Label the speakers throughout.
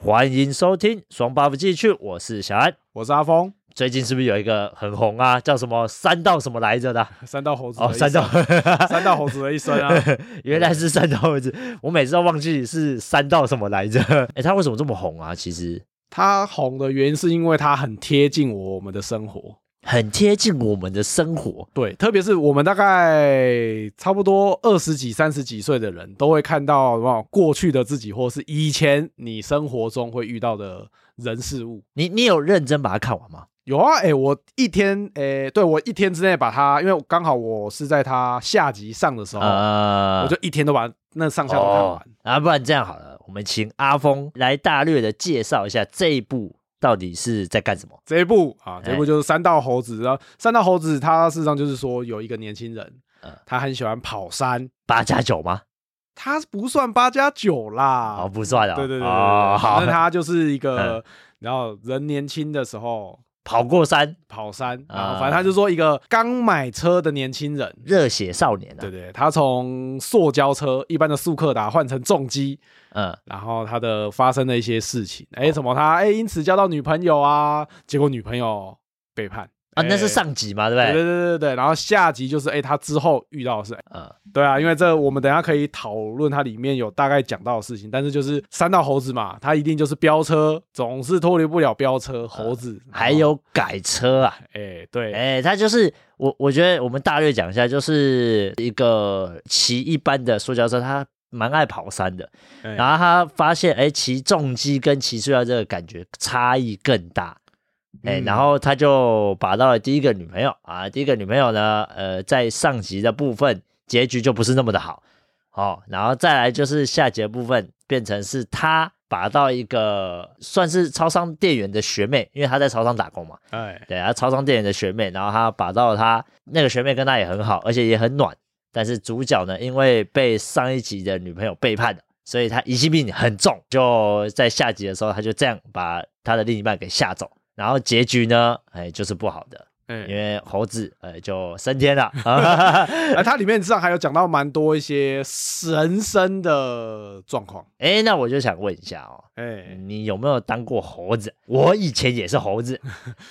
Speaker 1: 欢迎收听双 buff 继续，我是小安。
Speaker 2: 我是阿峰，
Speaker 1: 最近是不是有一个很红啊，叫什么三道什么来着的？
Speaker 2: 三道猴子的
Speaker 1: 哦，
Speaker 2: 一
Speaker 1: 三道，
Speaker 2: 生三道猴子的一生啊，
Speaker 1: 原来是三道猴子，我每次都忘记是三道什么来着。 哎，他为什么这么红啊？其实
Speaker 2: 他红的原因是因为他很贴近我们的生活，
Speaker 1: 很贴近我们的生活，
Speaker 2: 对，特别是我们大概差不多二十几、三十几岁的人，都会看到哇，过去的自己，或是以前你生活中会遇到的人事物。
Speaker 1: 你你有认真把它看完吗？
Speaker 2: 有啊，哎、我一天，哎、对我一天之内把它，因为我刚好我是在它下集上的时候，
Speaker 1: 呃
Speaker 2: 我就一天都把那上下都看完。
Speaker 1: 哦啊，不然这样好了，我们请阿峰来大略的介绍一下这一部到底是在干什么。
Speaker 2: 这一部啊，
Speaker 1: 哎
Speaker 2: 这一部就是三道猴子。然后三道猴子，他事实上就是说有一个年轻人
Speaker 1: 嗯，
Speaker 2: 他很喜欢跑山，
Speaker 1: 八加九吗？
Speaker 2: 他不算八加九啦
Speaker 1: 哦，，不算了。
Speaker 2: 啊对对对对
Speaker 1: 哦，
Speaker 2: 对，
Speaker 1: 好嗯
Speaker 2: 反正，他就是一个，然后人年轻的时候
Speaker 1: 跑过山，
Speaker 2: 跑山，
Speaker 1: 啊
Speaker 2: 然后反正他就说一个刚买车的年轻人。
Speaker 1: 热血少年啊。
Speaker 2: 对对，他从塑胶车一般的速克达换成重机，
Speaker 1: 嗯，
Speaker 2: 然后他的发生的一些事情，哎，
Speaker 1: 哦
Speaker 2: 什么他哎因此交到女朋友啊，结果女朋友背叛
Speaker 1: 啊，那
Speaker 2: 哎
Speaker 1: 是上集嘛，对不
Speaker 2: 对对
Speaker 1: 对？
Speaker 2: 对对对，然后下集就是哎、他之后遇到的是，哎
Speaker 1: 嗯，
Speaker 2: 对啊，因为这我们等一下可以讨论它里面有大概讲到的事情，但是就是三道猴子嘛，他一定就是飙车，总是脱离不了飙车猴子，
Speaker 1: 呃还有改车啊，
Speaker 2: 哎、对，
Speaker 1: 哎，他就是我，我觉得我们大略讲一下，就是一个骑一般的塑胶车，他蛮爱跑山的，
Speaker 2: 哎
Speaker 1: 然后他发现，哎，骑重机跟骑塑胶这个感觉差异更大。哎、
Speaker 2: 嗯
Speaker 1: 然后他就把到了第一个女朋友啊，第一个女朋友呢，呃，在上集的部分结局就不是那么的好，哦，然后再来就是下集的部分变成是他把到一个算是超商店员的学妹，因为他在超商打工嘛，
Speaker 2: 哎
Speaker 1: 对，他超商店员的学妹，然后他把到他那个学妹跟他也很好，而且也很暖，但是主角呢，因为被上一集的女朋友背叛了，所以他疑心病很重，就在下集的时候，他就这样把他的另一半给吓走。然后结局呢，哎，就是不好的，因
Speaker 2: 哎，
Speaker 1: 为猴子呃就升天了。
Speaker 2: 哎，它里面实际上还有讲到蛮多一些人生的状况，
Speaker 1: 哎，那我就想问一下哦，
Speaker 2: 哎，
Speaker 1: 你有没有当过猴子？我以前也是猴 子，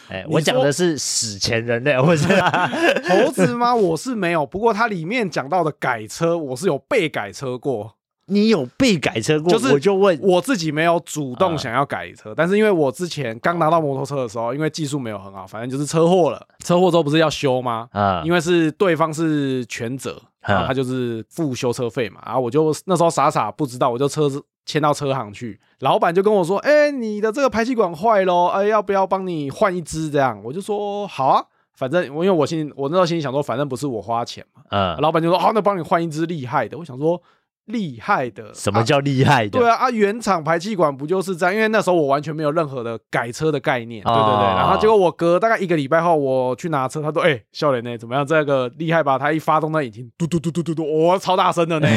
Speaker 1: 哎，我
Speaker 2: 你说
Speaker 1: 讲的是史前人类， 我是
Speaker 2: 猴子吗？我是没有，不过它里面讲到的改车，我是有被改车过。
Speaker 1: 你有被改车过？
Speaker 2: 就是
Speaker 1: 我就问，
Speaker 2: 我自己没有主动
Speaker 1: 啊
Speaker 2: 想要改车，但是因为我之前刚拿到摩托车的时候，因为技术没有很好，反正就是车祸了。车祸之后不是要修吗？
Speaker 1: 啊，
Speaker 2: 因为是对方是全责，
Speaker 1: 啊
Speaker 2: 然后他就是付修车费嘛。然后我就那时候傻傻不知道，我就车子牵到车行去，老板就跟我说：“哎、你的这个排气管坏咯，哎、要不要帮你换一支？”这样我就说：“好啊。”反正我因为我心里我那时候心里想说，反正不是我花钱嘛，
Speaker 1: 嗯，
Speaker 2: 老板就说：“好、那帮你换一支厉害的。”我想说，厉害的
Speaker 1: 什么
Speaker 2: 啊
Speaker 1: 叫厉害的？
Speaker 2: 对啊，啊，原厂排气管不就是这样？因为那时候我完全没有任何的改车的概念，
Speaker 1: 哦
Speaker 2: 对对对。然后结果我隔大概一个礼拜后，我去拿车，他说：“哎、笑脸呢？怎么样？这个厉害吧？”他一发动那引擎，嘟嘟嘟嘟嘟嘟，哇、超大声 的呢。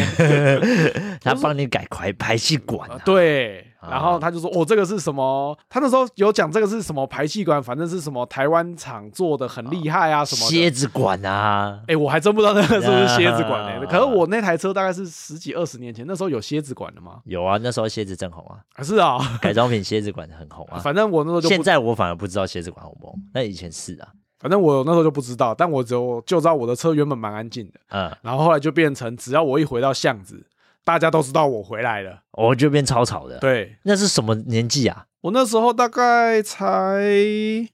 Speaker 1: 他帮你改排排气管、
Speaker 2: 啊
Speaker 1: 啊，
Speaker 2: 对，
Speaker 1: 啊
Speaker 2: 然后他就说：“我、这个是什么？”他那时候有讲这个是什么排气管，反正是什么台湾厂做的，很厉害啊什么
Speaker 1: 蝎
Speaker 2: 的。
Speaker 1: 子管啊
Speaker 2: 哎、，我还真不知道那个是不是蝎子管
Speaker 1: 啊
Speaker 2: 呢、可是我那台车大概是十几二十年前，那时候有蝎子管的吗？
Speaker 1: 有啊，那时候蝎子正红 啊，
Speaker 2: 啊是啊、
Speaker 1: 改装品蝎子管很红啊。
Speaker 2: 反正我那时候就不
Speaker 1: 现在我反而不知道蝎子管红不红，那以前是啊，
Speaker 2: 反正我那时候就不知道，但我只有就知道我的车原本蛮安静的，
Speaker 1: 嗯，
Speaker 2: 然后后来就变成只要我一回到巷子，大家都知道我回来了。
Speaker 1: 我就变超吵的。
Speaker 2: 对啊
Speaker 1: 那是什么年纪啊？
Speaker 2: 我那时候大概才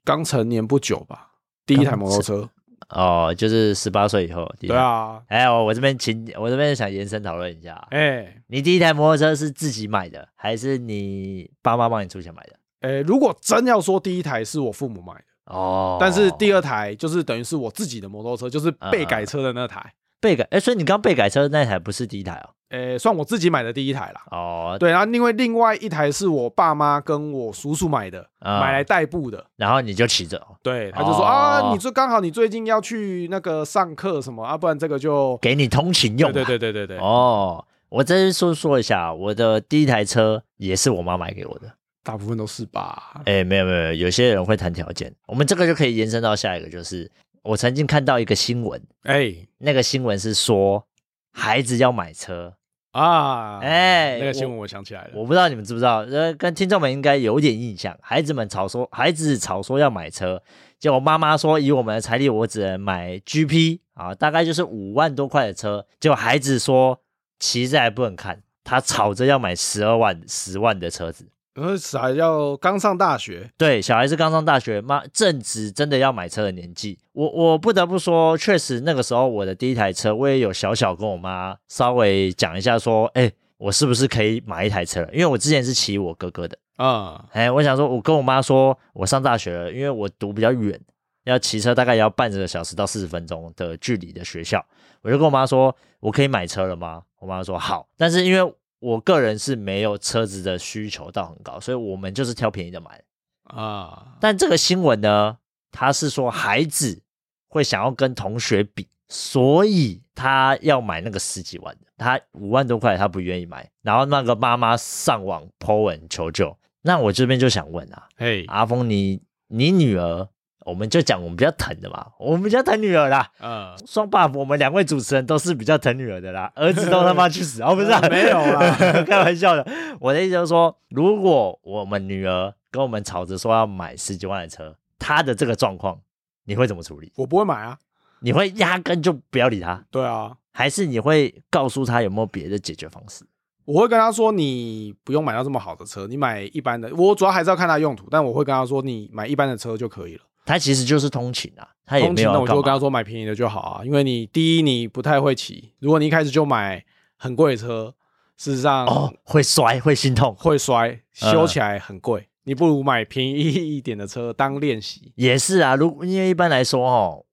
Speaker 2: 刚成年不久吧，第一台摩托车。
Speaker 1: 哦，就是十八岁以后。第一
Speaker 2: 对。啊，
Speaker 1: 哎，我我这边请，我这边想延伸讨论一下啊，
Speaker 2: 哎、
Speaker 1: 你第一台摩托车是自己买的，还是你爸妈帮你出钱买的？
Speaker 2: 哎、如果真要说第一台是我父母买的，
Speaker 1: 哦，
Speaker 2: 但是第二台就是等于是我自己的摩托车，就是被改车的那台，
Speaker 1: 被改，哎，所以你刚被改车的那台不是第一台哦。
Speaker 2: 哎、算我自己买的第一台啦。
Speaker 1: 哦，
Speaker 2: 对，然后另外另外一台是我爸妈跟我叔叔买的，
Speaker 1: 啊
Speaker 2: 买来代步的。
Speaker 1: 然后你就骑着哦，
Speaker 2: 对，他就说、
Speaker 1: 哦
Speaker 2: 啊，你最刚好你最近要去那个上课什么啊，不然这个就
Speaker 1: 给你通勤用、
Speaker 2: 对
Speaker 1: 啊。
Speaker 2: 对对对对对，
Speaker 1: 哦，我这说说一下，我的第一台车也是我妈买给我的。
Speaker 2: 大部分都是吧。
Speaker 1: 哎，没有没有没有，有些人会谈条件，我们这个就可以延伸到下一个，就是我曾经看到一个新闻，
Speaker 2: 哎
Speaker 1: 那个新闻是说孩子要买车，
Speaker 2: 啊，
Speaker 1: 哎
Speaker 2: 那个新
Speaker 1: 我
Speaker 2: 闻我想起来了，
Speaker 1: 我不知道你们知不知道，呃，跟听众们应该有点印象。孩子们吵说，孩子吵说要买车，结果妈妈说以我们的财力，我只能买 GP 啊，大概就是五万多块的车。结果孩子说骑着还不能看，他吵着要买十二万、十万的车子。
Speaker 2: 那傻要刚上大学，
Speaker 1: 对，小孩是刚上大学，妈正值真的要买车的年纪。我我不得不说，确实那个时候我的第一台车，我也有小小跟我妈稍微讲一下说，哎，我是不是可以买一台车了？因为我之前是骑我哥哥的。
Speaker 2: 啊、
Speaker 1: 哎，我想说，我跟我妈说，我上大学了，因为我读比较远，要骑车大概也要半个小时到四十分钟的距离的学校，我就跟我妈说，我可以买车了吗？我妈说好，但是因为我个人是没有车子的需求到很高，所以我们就是挑便宜的买。
Speaker 2: 啊，
Speaker 1: 但这个新闻呢，他是说孩子会想要跟同学比，所以他要买那个十几万的，他五万多块他不愿意买，然后那个妈妈上网 po 文求救。那我这边就想问啊，
Speaker 2: 嘿，
Speaker 1: 阿峰你，你女儿，我们就讲我们比较疼的嘛，我们比较疼女儿啦。
Speaker 2: 呃，
Speaker 1: 双 buff，我们两位主持人都是比较疼女儿的啦，儿子都他妈去死哦，不是、啊，
Speaker 2: 没有啦
Speaker 1: 开玩笑的。我的意思就是说，如果我们女儿跟我们吵着说要买十几万的车，她的这个状况，你会怎么处理？
Speaker 2: 我不会买啊，
Speaker 1: 你会压根就不要理她，
Speaker 2: 对啊，
Speaker 1: 还是你会告诉她有没有别的解决方式？
Speaker 2: 我会跟他说，你不用买到这么好的车，你买一般的，我主要还是要看它用途，但我会跟他说，你买一般的车就可以了。
Speaker 1: 她其实就是通勤啊，她也
Speaker 2: 通
Speaker 1: 没
Speaker 2: 勤
Speaker 1: 有
Speaker 2: 那
Speaker 1: 要
Speaker 2: 我就
Speaker 1: 干
Speaker 2: 跟
Speaker 1: 嘛。
Speaker 2: 他说买便宜的就好啊，因为你第一你不太会骑，如果你一开始就买很贵的车，事实上
Speaker 1: 哦，会摔，会心痛，
Speaker 2: 会摔，修
Speaker 1: 嗯
Speaker 2: 起来很贵，你不如买便宜一点的车当练习。
Speaker 1: 也是啊。如因为一般来说哦，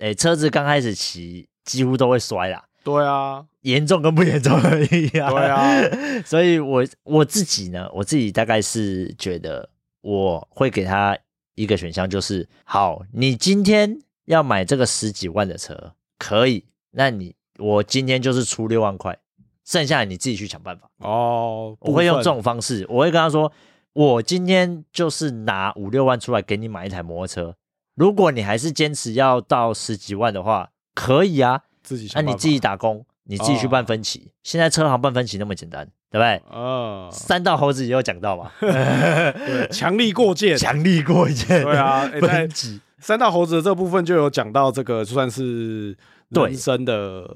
Speaker 1: 哎，车子刚开始骑几乎都会摔啦。
Speaker 2: 对啊，
Speaker 1: 严重跟不严重而已啊。
Speaker 2: 对 啊，
Speaker 1: 所以我我自己呢，我自己大概是觉得我会给他一个选项，就是好，你今天要买这个十几万的车，可以，那你我今天就是出六万块，剩下的你自己去想办法。
Speaker 2: 哦，
Speaker 1: 我会用这
Speaker 2: 重。
Speaker 1: 种方式，我会跟他说，我今天就是拿五六万出来给你买一台摩托车，如果你还是坚持要到十几万的话，可以啊，
Speaker 2: 自己
Speaker 1: 那、
Speaker 2: 想办法，哦
Speaker 1: 你自己打工，你自己去办分期。现在车行办分期那么简单，对不对？
Speaker 2: 呃，
Speaker 1: 三道猴子也有讲到 嘛，
Speaker 2: 对，强力过界，
Speaker 1: 强力过件，
Speaker 2: 对啊诶在
Speaker 1: 分期
Speaker 2: 三大猴子的这部分就有讲到这个算是
Speaker 1: 对
Speaker 2: 人生的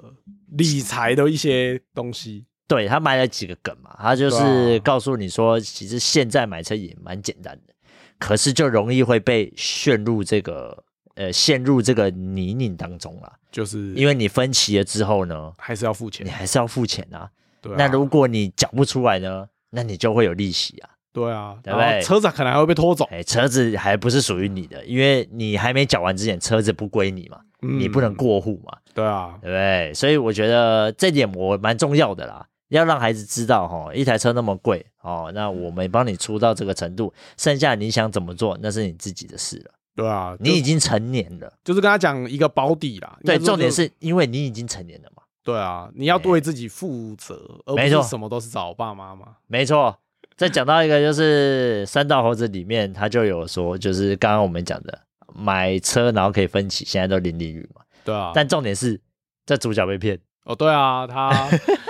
Speaker 2: 理财的一些东西，
Speaker 1: 对他埋了几个梗嘛，他就
Speaker 2: 对
Speaker 1: 是
Speaker 2: 啊
Speaker 1: 告诉你说，其实现在买车也蛮简单的，可是就容易会被陷入这个呃陷入这个泥泞当中啊啦。
Speaker 2: 就是
Speaker 1: 因为你分期了之后呢，
Speaker 2: 还是要付钱
Speaker 1: 你。还是要付钱啊。
Speaker 2: 对啊，
Speaker 1: 那如果你缴不出来呢，那你就会有利息啊。
Speaker 2: 对啊，
Speaker 1: 对
Speaker 2: 然
Speaker 1: 不对
Speaker 2: 后车子可能还会被拖走，
Speaker 1: 哎，车子还不是属于你的，因为你还没缴完之前，车子不归你嘛，你不能
Speaker 2: 嗯。
Speaker 1: 过户嘛，
Speaker 2: 对啊
Speaker 1: 对，不对？所以我觉得这点我蛮重要的啦，要让孩子知道哈，一台车那么贵哦，那我们帮你出到这个程度，剩下你想怎么做那是你自己的事了。
Speaker 2: 对啊，
Speaker 1: 你已
Speaker 2: 就
Speaker 1: 经成年了，
Speaker 2: 就是跟他讲一个保底啦。
Speaker 1: 对，
Speaker 2: 应该说
Speaker 1: 重点
Speaker 2: 就是
Speaker 1: 因为你已经成年了嘛，
Speaker 2: 对啊，你要
Speaker 1: 哎
Speaker 2: 对自己负责，而不
Speaker 1: 没
Speaker 2: 是
Speaker 1: 错
Speaker 2: 什么都是找爸妈嘛。
Speaker 1: 没错。再讲到一个就是《三道猴子》里面，他就有说，就是刚刚我们讲的买车然后可以分期，现在都零利率嘛，
Speaker 2: 对啊，
Speaker 1: 但重点是这主角被骗。
Speaker 2: 哦，对啊，他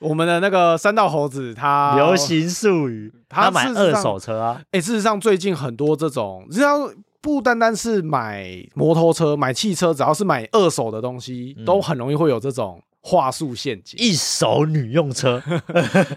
Speaker 2: 我们的那个三道猴子，他
Speaker 1: 流行术语，
Speaker 2: 啊哦他
Speaker 1: 买
Speaker 2: 事实
Speaker 1: 二
Speaker 2: 上
Speaker 1: 手车啊，
Speaker 2: 哎、事实上最近很多这种，只要不单单是买摩托车、买汽车，只要是买二手的东西，
Speaker 1: 嗯
Speaker 2: 都很容易会有这种话术陷阱。
Speaker 1: 一手女用 车，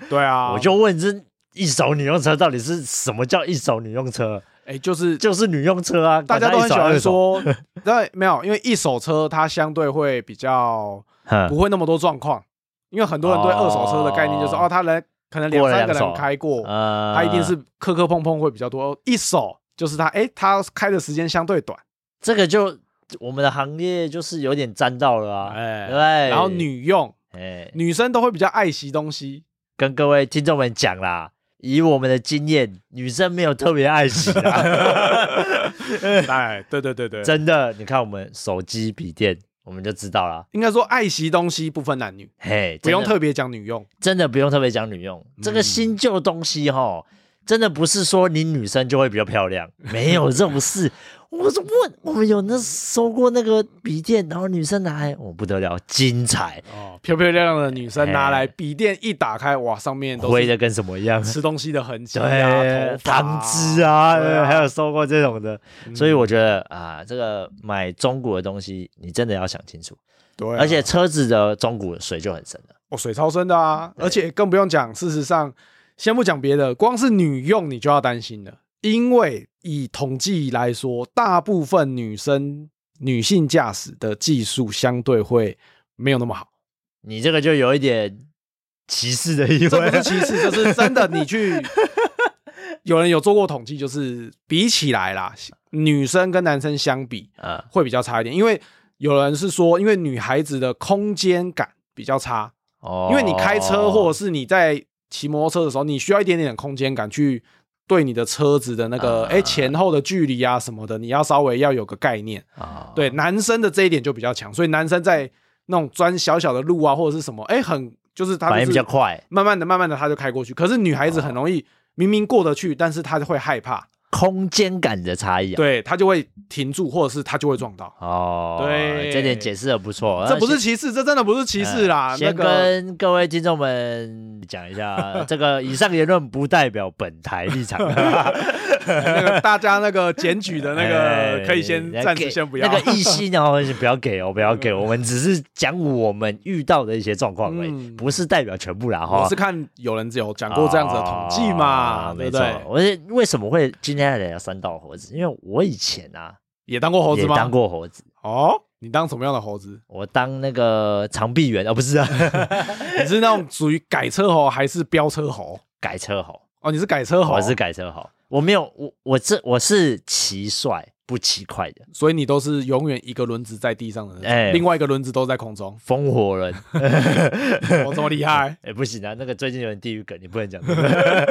Speaker 2: 对啊，
Speaker 1: 我就问这一手女用车到底是什么叫一手女用车？
Speaker 2: 哎、就是
Speaker 1: 就是女用车啊，
Speaker 2: 大家都很喜
Speaker 1: 管它
Speaker 2: 欢
Speaker 1: 一手
Speaker 2: 说，对，没有，因为一手车它相对会比较
Speaker 1: 二手，
Speaker 2: 不会那么多状况，因为很多人对二手车的概念就是
Speaker 1: 哦
Speaker 2: 哦，他人可能两
Speaker 1: 过了
Speaker 2: 三个
Speaker 1: 两手
Speaker 2: 人开过，
Speaker 1: 呃
Speaker 2: 他一定是磕磕碰碰会比较多。一手就是他，哎、他开的时间相对短，
Speaker 1: 这个就我们的行业就是有点沾到了啊，
Speaker 2: 哎、
Speaker 1: 对，
Speaker 2: 然后女用。
Speaker 1: 哎，
Speaker 2: 女生都会比较爱惜 东西，
Speaker 1: 跟各位听众们讲啦。以我们的经验，女生没有特别爱惜 啦，
Speaker 2: 哎，对对对对，
Speaker 1: 真的。你看我们手机、笔电，我们就知道啦。
Speaker 2: 应该说爱惜东西不分男女，
Speaker 1: 嘿，
Speaker 2: 不用嗯
Speaker 1: 真的
Speaker 2: 特别讲女用，
Speaker 1: 真的不用特别讲女用，这个新旧东西哈，真的不是说你女生就会比较漂亮，没有这种事。我是问，我们有那收过那个笔电，然后女生拿来，我、不得了，精彩，
Speaker 2: 哦，漂漂亮亮的女生拿来笔电一打开，哇，上面都
Speaker 1: 灰
Speaker 2: 是
Speaker 1: 的跟什么一样。
Speaker 2: 吃东西的痕迹啊，
Speaker 1: 对
Speaker 2: 头，发
Speaker 1: 糖汁啊，
Speaker 2: 对
Speaker 1: 还有收过这种的，
Speaker 2: 嗯
Speaker 1: 所以我觉得啊，这个买中古的东西，你真的要想清楚。
Speaker 2: 对啊，
Speaker 1: 而且车子的中古水就很深了，
Speaker 2: 哦，水超深的啊，而且更不用讲，事实上，先不讲别的，光是女用你就要担心了，因为以统计来说，大部分女生女性驾驶的技术相对会没有那么好。
Speaker 1: 你这个就有一点歧视的意
Speaker 2: 这不
Speaker 1: 味
Speaker 2: 是。歧视，就是真的，你去有人有做过统计，就是比起来啦，女生跟男生相比
Speaker 1: 啊，
Speaker 2: 会比较差一点，因为有人是说，因为女孩子的空间感比较差，
Speaker 1: 哦
Speaker 2: 因为你开车或者是你在骑摩托车的时候，你需要一点点的空间感去对你的车子的那个
Speaker 1: 啊
Speaker 2: 哎、诶前后的距离啊什么的，你要稍微要有个概念。
Speaker 1: 啊，
Speaker 2: 对，男生的这一点就比较强，所以男生在那种钻小小的路啊或者是什么，哎、很就是他
Speaker 1: 反应
Speaker 2: 就
Speaker 1: 比较
Speaker 2: 是
Speaker 1: 快，
Speaker 2: 慢慢的、慢慢的他就开过去。可是女孩子很容易明明过得去，但是她就会害怕，
Speaker 1: 哦空间感的差异啊。
Speaker 2: 对她就会停住，或者是她就会撞到。
Speaker 1: 哦，
Speaker 2: 对
Speaker 1: 这点解释的不错。
Speaker 2: 这不是
Speaker 1: 先
Speaker 2: 歧视，这真的不是歧视
Speaker 1: 呃。
Speaker 2: 啦那
Speaker 1: 先
Speaker 2: 个
Speaker 1: 跟各位听众们讲一下，这个以上言论不代表本台立 场。
Speaker 2: 那个大家那个检举的那个
Speaker 1: 哎
Speaker 2: 可以先
Speaker 1: 那
Speaker 2: 暂时
Speaker 1: 给
Speaker 2: 先不 要。嗯
Speaker 1: 那个异 性哦，不要给哦，不要给哦，我们只是讲我们遇到的一些状况而已，
Speaker 2: 嗯
Speaker 1: 不是代表全部啦哈。
Speaker 2: 我是看有人有讲过这样子的统计嘛，
Speaker 1: 哦
Speaker 2: 对
Speaker 1: 没
Speaker 2: 不
Speaker 1: 错
Speaker 2: 对？
Speaker 1: 我是为什么会今天来聊三道猴子？因为我以前啊
Speaker 2: 也当过猴子
Speaker 1: 也
Speaker 2: 吗？
Speaker 1: 当过猴子，？
Speaker 2: 哦，你当什么样的猴子
Speaker 1: 我当那个长臂猿啊，不是啊，
Speaker 2: 你是那种属于改车猴还是飙车猴？
Speaker 1: 改车猴，
Speaker 2: 哦，你是改车猴，
Speaker 1: 我是，改车猴，我没有我我这我是骑帅不骑快的，
Speaker 2: 所以你都是永远一个轮子在地上的那种，
Speaker 1: 哎。
Speaker 2: 另外一个轮子都在空中
Speaker 1: 风火人，
Speaker 2: 我、这么厉 害？
Speaker 1: 哎、不行啊，那个最近有点地狱梗，你不能讲、这个。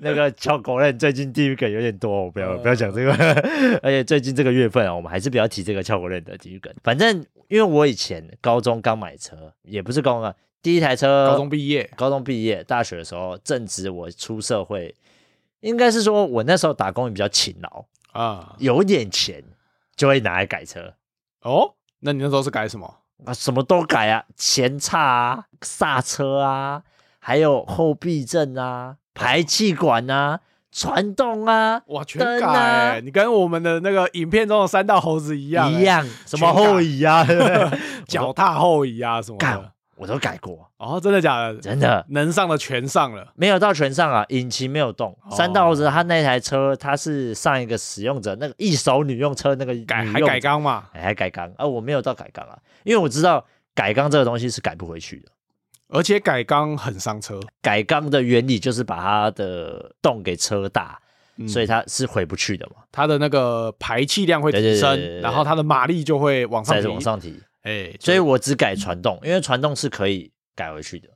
Speaker 1: 那个 敲狗人最近地狱梗有点多，我不要、不要讲这个。
Speaker 2: 哦
Speaker 1: 而且最近这个月份啊，我们还是不要提这个敲狗人的地狱梗。反正因为我以前高中刚买车，也不是高中啊，第一台车
Speaker 2: 高中毕业，
Speaker 1: 高中毕业，大学的时候正值我出社会，应该是说我那时候打工也比较勤劳，
Speaker 2: 啊、
Speaker 1: 有一点钱就会拿来改车。
Speaker 2: 哦，那你那时候是改什么？
Speaker 1: 啊，什么都改啊，前叉啊、刹车啊，还有后避震啊、排气管啊、传动啊，
Speaker 2: 哇，全
Speaker 1: 灯
Speaker 2: 改、欸
Speaker 1: 啊
Speaker 2: 你跟我们的那个影片中的三道猴子一样、欸
Speaker 1: 一样，什么后椅啊，
Speaker 2: 哎，脚踏后移啊什么的
Speaker 1: 干。我都改过，
Speaker 2: 哦，真的假的？
Speaker 1: 真的
Speaker 2: 能上的全上了。
Speaker 1: 没有到全上啊，引擎没有动。
Speaker 2: 哦
Speaker 1: 三道猴子他那台车，他是上一个使用者那个一手女用车那个
Speaker 2: 改
Speaker 1: 女嗯
Speaker 2: 还
Speaker 1: 用
Speaker 2: 改缸嘛？
Speaker 1: 哎还改缸，啊，我没有到改缸啊，因为我知道改缸这个东西是改不回去的。
Speaker 2: 而且改缸很伤车，
Speaker 1: 改缸的原理就是把它的洞给车大，
Speaker 2: 嗯
Speaker 1: 所以它是回不去的嘛。
Speaker 2: 它的那个排气量会
Speaker 1: 对
Speaker 2: 提
Speaker 1: 对
Speaker 2: 升
Speaker 1: 对对，对
Speaker 2: 然后它的马力就会往上
Speaker 1: 再
Speaker 2: 提。
Speaker 1: 往，上提，
Speaker 2: 哎，
Speaker 1: 所以
Speaker 2: 就
Speaker 1: 我只改传动，因为传动是可以改回去的，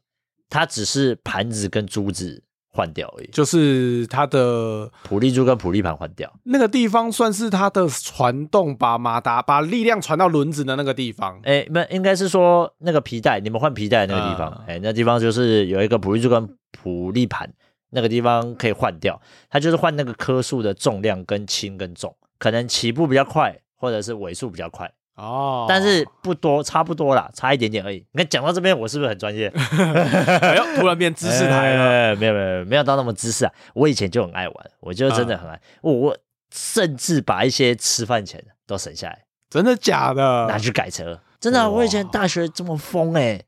Speaker 1: 它只是盘子跟珠子换掉而已，
Speaker 2: 就是它的
Speaker 1: 普利珠跟普利盘换掉。
Speaker 2: 那个地方算是它的传动，把马达把力量传到轮子的那个地方。
Speaker 1: 哎，没，应该是说那个皮带，你们换皮带的那个地方
Speaker 2: 啊，
Speaker 1: 哎、那地方就是有一个普利珠跟普利盘，那个地方可以换掉，它就是换那个颗数的重量跟轻跟重，可能起步比较快，或者是尾数比较快，
Speaker 2: 哦，
Speaker 1: 但是不多，差不多啦，差一点点而已。你看讲到这边，我是不是很专业？
Speaker 2: 哎呦，突然变 知识台了。
Speaker 1: 哎没有没有没有没有到那么知识啊。我以前就很爱玩，我就真的
Speaker 2: 嗯
Speaker 1: 很爱，我我甚至把一些吃饭钱都省下来
Speaker 2: 真的假
Speaker 1: 拿
Speaker 2: 的？
Speaker 1: 去改车。真的啊、
Speaker 2: 嗯哇
Speaker 1: 我以前大学这么疯哎、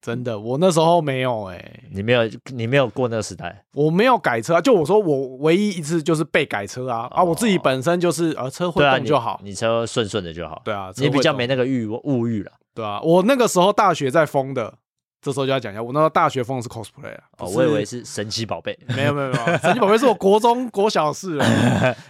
Speaker 2: 真的，我那时候没有哎，
Speaker 1: 你没有你没有过那个时代
Speaker 2: 我没有改车啊。就我说我唯一一次就是被改车啊啊，
Speaker 1: 哦
Speaker 2: 我自己本身就是呃车会
Speaker 1: 对啊，
Speaker 2: 动
Speaker 1: 你
Speaker 2: 就好。
Speaker 1: 你车顺顺的就好。
Speaker 2: 对啊，车
Speaker 1: 你比
Speaker 2: 会
Speaker 1: 较
Speaker 2: 动
Speaker 1: 没那个欲物欲了。
Speaker 2: 对啊，我那个时候大学在疯的，这时候就要讲一下，我那时候大学疯的是 cosplay 啊。
Speaker 1: 哦，
Speaker 2: 不
Speaker 1: 我以为是神奇宝贝。
Speaker 2: 没有没有没有， 神奇宝贝是我国中国小 的事了，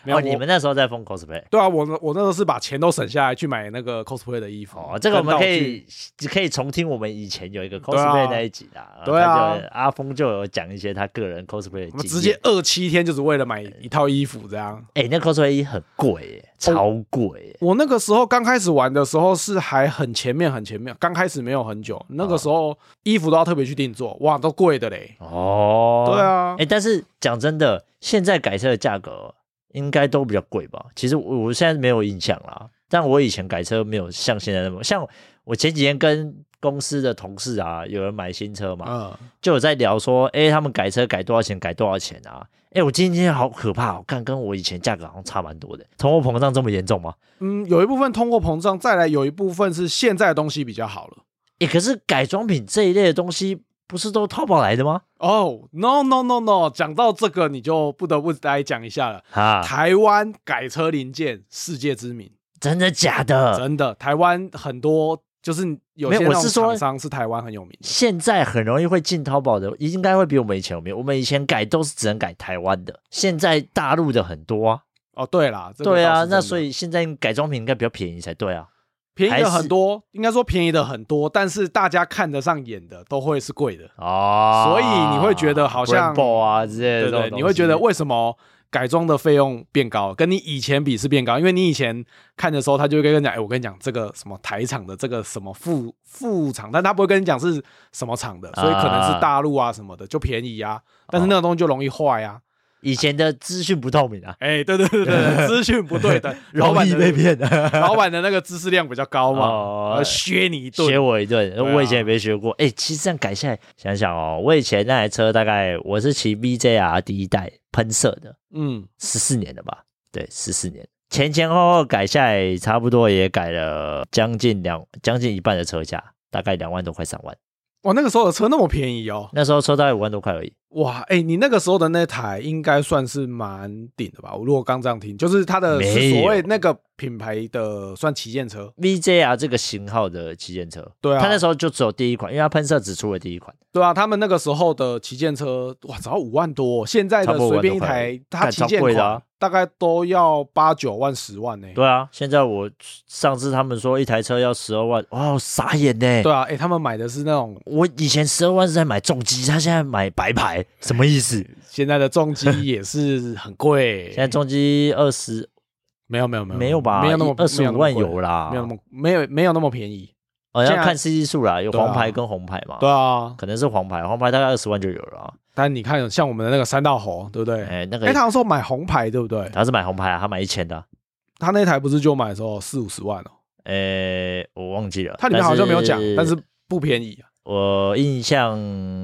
Speaker 2: 没有
Speaker 1: 哦，
Speaker 2: 我
Speaker 1: 你们那时候在疯 cosplay。
Speaker 2: 对啊，我那我那时候是把钱都省下来去买那个 cosplay 的衣服。
Speaker 1: 哦，这个我们可
Speaker 2: 跟道具
Speaker 1: 以可以重听我们以前有一个
Speaker 2: 啊
Speaker 1: cosplay 那一集啦。
Speaker 2: 对啊
Speaker 1: 他就阿峰就有讲一些他个人 cosplay 的
Speaker 2: 我
Speaker 1: 经
Speaker 2: 们
Speaker 1: 验。
Speaker 2: 直接饿七天，就是为了买一套衣服这样。
Speaker 1: 哎、那 cosplay 衣很贵
Speaker 2: 哦
Speaker 1: 耶，超贵耶。
Speaker 2: 我那个时候刚开始玩的时候是还很前面很前面，刚开始没有很久，那个时候衣服都要特别去定做，哇，都贵的嘞。
Speaker 1: 哦，
Speaker 2: 对啊
Speaker 1: 哎、但是讲真的，现在改车的价格应该都比较贵吧？其实我我现在没有印象啦，但我以前改车没有像现在那么像。我前几天跟公司的同事啊，有人买新车嘛，
Speaker 2: 嗯，
Speaker 1: 就有在聊说，哎、他们改车改多少钱，改多少钱啊？哎、我今天好可怕、哦，看跟我以前价格好像差蛮多的。通货膨胀这么严重吗？
Speaker 2: 嗯，有一部分通货膨胀，再来有一部分是现在的东西比较好了。
Speaker 1: 哎、可是改装品这一类的东西不是都淘宝来的吗？
Speaker 2: 哦、n o no no no，讲到这个你就不得不来讲一下了。
Speaker 1: 啊，
Speaker 2: 台湾改车零件世界知名，
Speaker 1: 真的假的？
Speaker 2: 真的，台湾很多就是有些
Speaker 1: 啊没有
Speaker 2: 那
Speaker 1: 我
Speaker 2: 种
Speaker 1: 是说
Speaker 2: 厂商是台湾很有名的。
Speaker 1: 现在很容易会进淘宝的，应该会比我们以前有名。我们以前改都是只能改台湾的，现在大陆的很多啊。
Speaker 2: 哦，对啦，这个
Speaker 1: 对
Speaker 2: 倒是
Speaker 1: 啊，
Speaker 2: 真的
Speaker 1: 那所以现在改装品应该比较便宜才对啊。
Speaker 2: 便宜
Speaker 1: 还
Speaker 2: 的
Speaker 1: 是
Speaker 2: 很多，应该说便宜的很多，但是大家看得上眼的都会是贵的。
Speaker 1: 哦，
Speaker 2: 所以你会觉得好像
Speaker 1: Brembo 啊之类的
Speaker 2: 对
Speaker 1: 这种
Speaker 2: 对，
Speaker 1: 东
Speaker 2: 你会觉得
Speaker 1: 西
Speaker 2: 为什么改装的费用变高，跟你以前比是变高，因为你以前看的时候，他就会跟你讲，哎，我跟你讲这个什么台厂的，这个什么副副厂，但他不会跟你讲是什么厂的，所以可能是大陆啊什么的就便宜啊，但是那个东西就容易坏啊。
Speaker 1: 以前的资讯不透明啊，
Speaker 2: 哎，对对对对， 对资讯不对的，老
Speaker 1: 容
Speaker 2: 板
Speaker 1: 易
Speaker 2: 的
Speaker 1: 被 骗的。
Speaker 2: 老板的那个知识量比较高
Speaker 1: 哦
Speaker 2: 嘛，呃削你一
Speaker 1: 学
Speaker 2: 顿。
Speaker 1: 我一顿，
Speaker 2: 啊
Speaker 1: 我以前也没学过。哎、其实这样改下来，想想哦，我以前那台车大概我是骑 VJR 第一代喷射的，
Speaker 2: 嗯，
Speaker 1: 十四年了吧？对，十四年，前前后后改下来，差不多也改了将近两将近一半的车价，大概两万多块三万。
Speaker 2: 哇，那个时候的车那么便宜哦，
Speaker 1: 那时候车大概五万多块而已。
Speaker 2: 哇，哎、你那个时候的那台应该算是蛮顶的吧？我如果刚这样听，就是它的
Speaker 1: 没
Speaker 2: 是所谓
Speaker 1: 有
Speaker 2: 那个品牌的算旗舰车，
Speaker 1: VJR 这个型号的旗舰车，
Speaker 2: 对啊
Speaker 1: 它那时候就只有第一款，因为它喷射只出了第一款，
Speaker 2: 对啊，他们那个时候的旗舰车，哇，只要五万多、现在
Speaker 1: 差
Speaker 2: 的
Speaker 1: 不多
Speaker 2: 随便
Speaker 1: 5
Speaker 2: 一
Speaker 1: 万多块
Speaker 2: 台，它
Speaker 1: 干
Speaker 2: 旗舰
Speaker 1: 超贵的
Speaker 2: 款
Speaker 1: 啊
Speaker 2: 大概都要八九万、十万呢、
Speaker 1: 对啊，现在我上次他们说一台车要十二万，哇，我傻眼呢、
Speaker 2: 对啊，哎、他们买的是那种
Speaker 1: 我以前十二万是在买重机，他现在买白牌，什么意思？
Speaker 2: 现在的重机 也是很贵、
Speaker 1: 现在重机二十
Speaker 2: 没有没有没有
Speaker 1: 没有吧？
Speaker 2: 没有那么
Speaker 1: 二十五万有
Speaker 2: 了，
Speaker 1: 啦，
Speaker 2: 没有那么没有没有那么便宜，
Speaker 1: 哦，
Speaker 2: 现在
Speaker 1: 要看 CC 数啦，有
Speaker 2: 对啊
Speaker 1: 黄牌跟红牌嘛？
Speaker 2: 对啊，
Speaker 1: 可能是黄牌，黄牌大概二十万就有了啊。
Speaker 2: 但你看像我们的那个三道猴，对不对？哎、
Speaker 1: 哎，那个
Speaker 2: 他好像说买红牌，对不对？
Speaker 1: 他是买红牌啊，他买一千的啊，
Speaker 2: 他那台不是就买的时候四五十万哦，
Speaker 1: 哎，我忘记了，
Speaker 2: 它里面好像没有讲，但
Speaker 1: 是
Speaker 2: 是不便宜啊。
Speaker 1: 我印象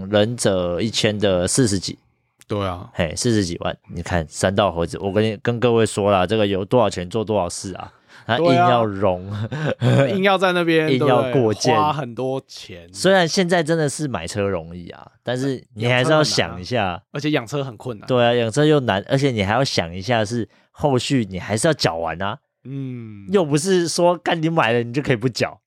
Speaker 1: 忍者一千的四十几，
Speaker 2: 对啊，
Speaker 1: 嘿，四十几万，你看三道猴子，我跟你跟各位说啦，这个有多少钱做多少事啊，他硬
Speaker 2: 对啊
Speaker 1: 要融。
Speaker 2: 硬要在那边
Speaker 1: 硬
Speaker 2: 对不对
Speaker 1: 要过件
Speaker 2: 花很多钱，
Speaker 1: 虽然现在真的是买车容易啊，但是你
Speaker 2: 养
Speaker 1: 还是
Speaker 2: 车
Speaker 1: 要
Speaker 2: 很难啊
Speaker 1: 想一下，
Speaker 2: 而且养车很困难。，
Speaker 1: 对啊，养车又难，而且你还要想一下是后续你还是要缴完啊，
Speaker 2: 嗯，
Speaker 1: 又不是说干你买了你就可以不缴，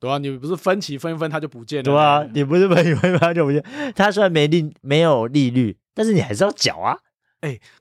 Speaker 2: 对啊，你不是分期分一分它就不见了，
Speaker 1: 对啊，你不是买你买买就不见，它虽然没利没有利率，但是你还是要缴啊。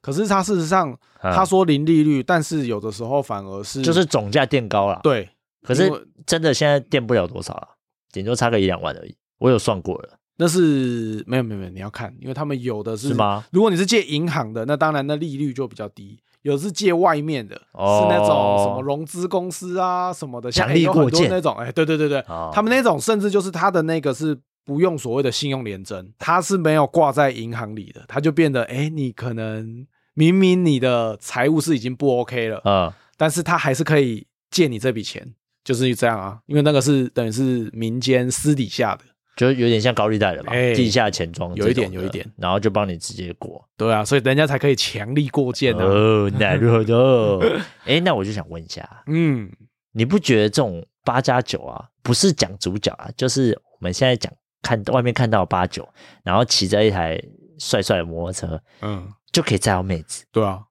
Speaker 2: 可是它事实上
Speaker 1: 嗯
Speaker 2: 他说零利率，但是有的时候反而是
Speaker 1: 就是总价垫高了，，
Speaker 2: 对，
Speaker 1: 可
Speaker 2: 因
Speaker 1: 是
Speaker 2: 为
Speaker 1: 真的现在垫不了多少了，顶多差个一两万而已。我有算过了，
Speaker 2: 那是没有没有没有，你要看，因为他们有的是
Speaker 1: 是？吗？
Speaker 2: 如果你是借银行的，那当然那利率就比较低。有的是借外面的，
Speaker 1: 哦
Speaker 2: 是那种什么融资公司啊什么的，像
Speaker 1: 强力
Speaker 2: 有很
Speaker 1: 过
Speaker 2: 多
Speaker 1: 件
Speaker 2: 那种，哎，对对对对，
Speaker 1: 哦
Speaker 2: 他们那种甚至就是他的那个是不用所谓的信用联征，它是没有挂在银行里的，它就变得哎、你可能明明你的财务是已经不 OK 了，
Speaker 1: 嗯，
Speaker 2: 但是他还是可以借你这笔钱，就是这样啊，因为那个是等于是民间私底下的，
Speaker 1: 就有点像高利贷了吧，
Speaker 2: 哎
Speaker 1: 地下钱庄这
Speaker 2: 有一点
Speaker 1: 种的
Speaker 2: 有一点，
Speaker 1: 然后就帮你直接过。
Speaker 2: 对啊，所以人家才可以强力过件啊，
Speaker 1: 哦，那如何哎，那我就想问一下，
Speaker 2: 嗯，
Speaker 1: 你不觉得这种八加九啊，不是讲主角啊，就是我们现在讲看外面看到八九，然后骑着一台帅帅的摩托车，
Speaker 2: 嗯，
Speaker 1: 就可以载到妹子？
Speaker 2: 对啊，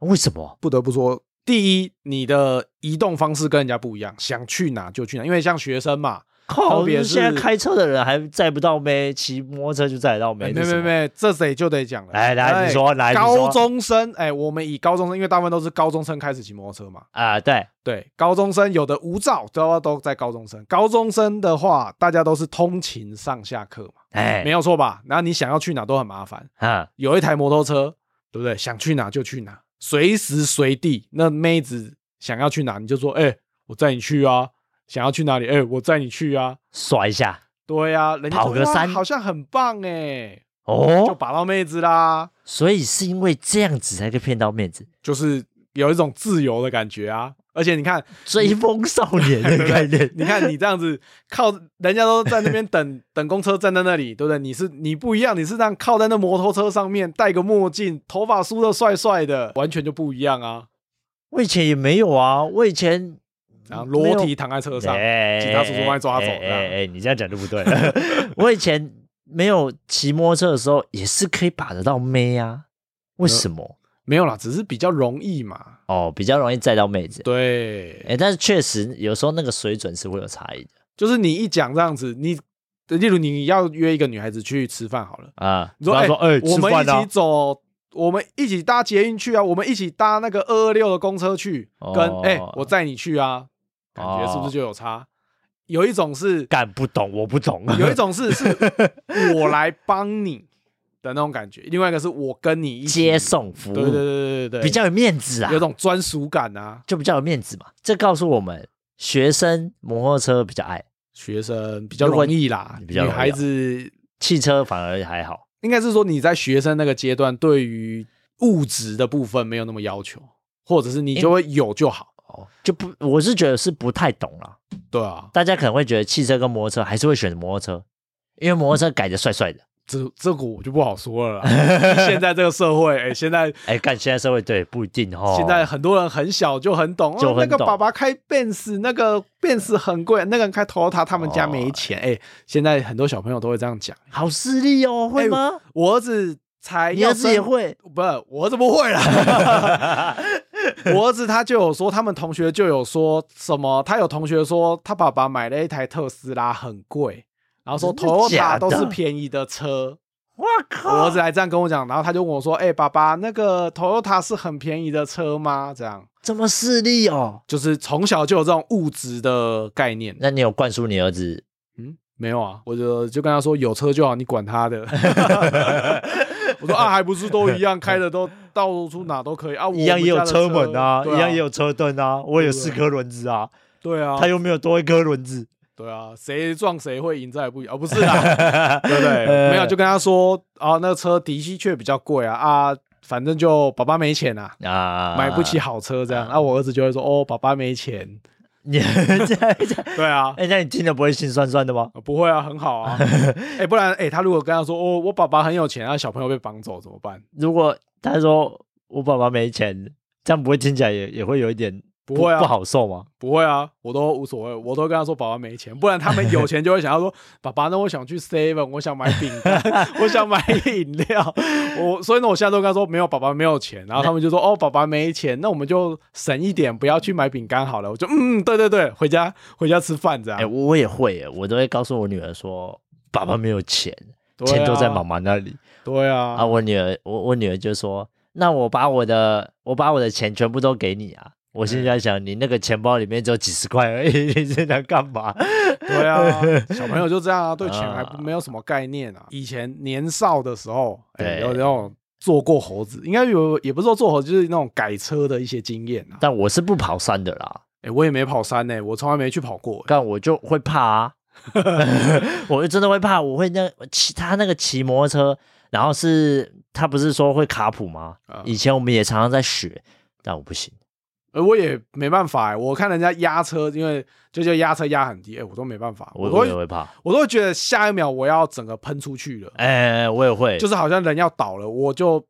Speaker 1: 为什么？
Speaker 2: 不得不说，第一，你的移动方式跟人家不一样，想去哪就去哪，因为像学生嘛，
Speaker 1: 靠，
Speaker 2: 特别是
Speaker 1: 现在开车的人还载不到妹，骑摩托车就载得到妹，
Speaker 2: 没没
Speaker 1: 这是
Speaker 2: 哎
Speaker 1: 什
Speaker 2: 没
Speaker 1: 么，
Speaker 2: 没，这谁就得讲了。
Speaker 1: 来来
Speaker 2: 哎
Speaker 1: 你说来你说
Speaker 2: 高中生，哎，我们以高中生，因为大部分都是高中生开始骑摩托车嘛。
Speaker 1: 啊，对，
Speaker 2: 对，高中生有的无照都都在高中生。高中生的话，大家都是通勤上下课嘛，
Speaker 1: 哎，
Speaker 2: 没有错吧？然后你想要去哪都很麻烦，
Speaker 1: 啊，
Speaker 2: 有一台摩托车，对不对？想去哪就去哪，随时随地。那妹子想要去哪，你就说，哎，我载你去啊。想要去哪里，哎，我载你去啊。
Speaker 1: 耍一下
Speaker 2: 对啊，人家就
Speaker 1: 跑个
Speaker 2: 哇
Speaker 1: 山
Speaker 2: 好像很棒哎、就
Speaker 1: 哦，
Speaker 2: 把到妹子啦，
Speaker 1: 所以是因为这样子才可以骗到妹子，
Speaker 2: 就是有一种自由的感觉啊。而且你看，
Speaker 1: 追风少年的概念
Speaker 2: 你看你这样子靠， 人家都在那边等等公车，站在那里，对不对？你是你不一样，你是这样靠在那摩托车上面，戴个墨镜，头发梳的帅帅的，完全就不一样啊。
Speaker 1: 我以前也没有啊，我以前
Speaker 2: 然后
Speaker 1: 没
Speaker 2: 裸
Speaker 1: 有
Speaker 2: 体躺在车上，
Speaker 1: 哎
Speaker 2: 警察叔叔帮你抓走
Speaker 1: 哎
Speaker 2: 这样
Speaker 1: 哎哎，你这样讲就不对了。 我以前没有骑摩托车的时候，也是可以把得到妹啊。为什么？
Speaker 2: 没有啦，只是比较容易嘛。
Speaker 1: 哦，比较容易载到妹子。
Speaker 2: 对，
Speaker 1: 哎，但是确实有时候那个水准是会有差异的
Speaker 2: 就是你一讲这样子，你例如你要约一个女孩子去吃饭好了，
Speaker 1: 啊。
Speaker 2: 你说
Speaker 1: 比
Speaker 2: 哎、
Speaker 1: 方哎，
Speaker 2: 我
Speaker 1: 吃
Speaker 2: 们一
Speaker 1: 饭啊
Speaker 2: 起走，我们一起搭捷运去啊，我们一起搭那个二二六的公车去，
Speaker 1: 哦
Speaker 2: 跟哎、我载你去啊，感觉是不是就有差？有一种 是，
Speaker 1: 干不懂，我不懂。
Speaker 2: 有 一种是是我来帮你的那种感觉，另外一个是我跟你一起
Speaker 1: 接，送服务，
Speaker 2: 对对对对对对，
Speaker 1: 比较有面子啊
Speaker 2: 有，种专属感啊。
Speaker 1: 就比较有面子嘛。这告诉我们，学生摩托车比较爱，
Speaker 2: 学生比较
Speaker 1: 如果
Speaker 2: 容易啦，
Speaker 1: 比较
Speaker 2: 女
Speaker 1: 容易
Speaker 2: 孩
Speaker 1: 啊
Speaker 2: 子
Speaker 1: 汽车反而还好。
Speaker 2: 应该是说你在学生那个阶段，对于物质的部分没有那么要求，或者是你就会有就好。
Speaker 1: 哦，就不，我是觉得是不太懂啦。
Speaker 2: 对啊，
Speaker 1: 大家可能会觉得汽车跟摩托车还是会选摩托车，因为摩托车改的帅帅的。
Speaker 2: 这这个我就不好说了啦。 现在这个社会，哎、现在
Speaker 1: 哎，干，现在社会对不一定哦。
Speaker 2: 现在很多人很小就很懂，
Speaker 1: 就
Speaker 2: 哦、那
Speaker 1: 很
Speaker 2: 个
Speaker 1: 懂
Speaker 2: 爸爸开 Benz，那个 Benz 很贵，那个人开 Toyota，他们家没钱。
Speaker 1: 哦
Speaker 2: 哎、现在很多小朋友都会这样讲。
Speaker 1: 好势力哦，会吗？
Speaker 2: 我儿子才
Speaker 1: 你儿子
Speaker 2: 要
Speaker 1: 也
Speaker 2: 升，
Speaker 1: 会？
Speaker 2: 不，我儿子不会啦。 我儿子他就有说，他们同学就有说什么，他有同学说他爸爸买了一台特斯拉很贵，然后说
Speaker 1: 真的假的
Speaker 2: Toyota 都是便宜的车。
Speaker 1: 我
Speaker 2: 我
Speaker 1: 靠！
Speaker 2: 儿子还这样跟我讲，然后他就问我说：“哎、爸爸，那个 Toyota 是很便宜的车吗？”这样
Speaker 1: 这么势利哦？
Speaker 2: 就是从小就有这种物质的概念。
Speaker 1: 那你有灌输你儿子？
Speaker 2: 嗯，没有啊，我就就跟他说有车就好，你管 他的。我说啊，还不是都一样，开的都到处哪都可以啊，我
Speaker 1: 一样也有
Speaker 2: 们家的
Speaker 1: 车门啊，
Speaker 2: 对啊
Speaker 1: 一样也有车灯啊，我有
Speaker 2: 对啊
Speaker 1: 四颗轮子啊，
Speaker 2: 对啊，
Speaker 1: 他又没有多一颗轮子，
Speaker 2: 对啊，谁撞谁会赢在不啊赢，而、不是啦， 对不对？
Speaker 1: 呃
Speaker 2: 没有，就跟他说啊，那个车的确比较贵啊啊，反正就爸爸没钱啊，
Speaker 1: 啊，
Speaker 2: 买不起。好车这样。那、啊、我儿子就会说哦，爸爸没钱。
Speaker 1: 你 这这，
Speaker 2: 对啊，
Speaker 1: 哎，那你听了不会心酸酸的吗？
Speaker 2: 啊不会啊，很好 啊。哎、不然哎、他如果跟他说哦，我爸爸很有钱，啊，小朋友被绑走怎么办？
Speaker 1: 如果他说我爸爸没钱，这样不会听起来也也会有一点
Speaker 2: 不会啊
Speaker 1: 不好受吗？
Speaker 2: 不会啊，我都无所谓，我都跟他说爸爸没钱，不然他们有钱就会想要说爸爸，那我想去 Seven，我想买饼干， 我想买饮料，我所以呢，我现在都跟他说没有爸爸没有钱，然后他们就说哦爸爸没钱，那我们就省一点，不要去买饼干好了，我就嗯对对对，回家回家吃饭这样，
Speaker 1: 哎、我我也会耶，我都会告诉我女儿说，爸爸没有钱，
Speaker 2: 对啊
Speaker 1: 钱都在妈，妈那里
Speaker 2: 对
Speaker 1: 啊
Speaker 2: 啊，
Speaker 1: 我女儿，我我女儿就说，那我把我的我把我的钱全部都给你啊。我心里在想，你那个钱包里面只有几十块而已， 你是在干嘛？
Speaker 2: 对啊，小朋友就这样啊，对钱还不
Speaker 1: 啊
Speaker 2: 没有什么概念啊，以前年少的时候，
Speaker 1: 对
Speaker 2: 哎、有那种。做过猴子，应该有，也不是说做猴子，就是那种改车的一些经验啊。
Speaker 1: 但我是不跑山的啦，
Speaker 2: 哎、我也没跑山呢、我从来没去跑过、
Speaker 1: 但我就会怕啊， 我就真的会怕，我会那骑他那个骑摩托车，然后是他不是说会卡普吗？
Speaker 2: 啊
Speaker 1: 以前我们也常常在学，但我不行。
Speaker 2: 呃，我也没办法、欸，我看人家压车，因为就就压车压很低，哎、我都没办法，我
Speaker 1: 我
Speaker 2: 都
Speaker 1: 我也
Speaker 2: 会
Speaker 1: 会怕，
Speaker 2: 我都会觉得下一秒我要整个喷出去了，
Speaker 1: 哎、我也会，
Speaker 2: 就是好像人要倒了，我就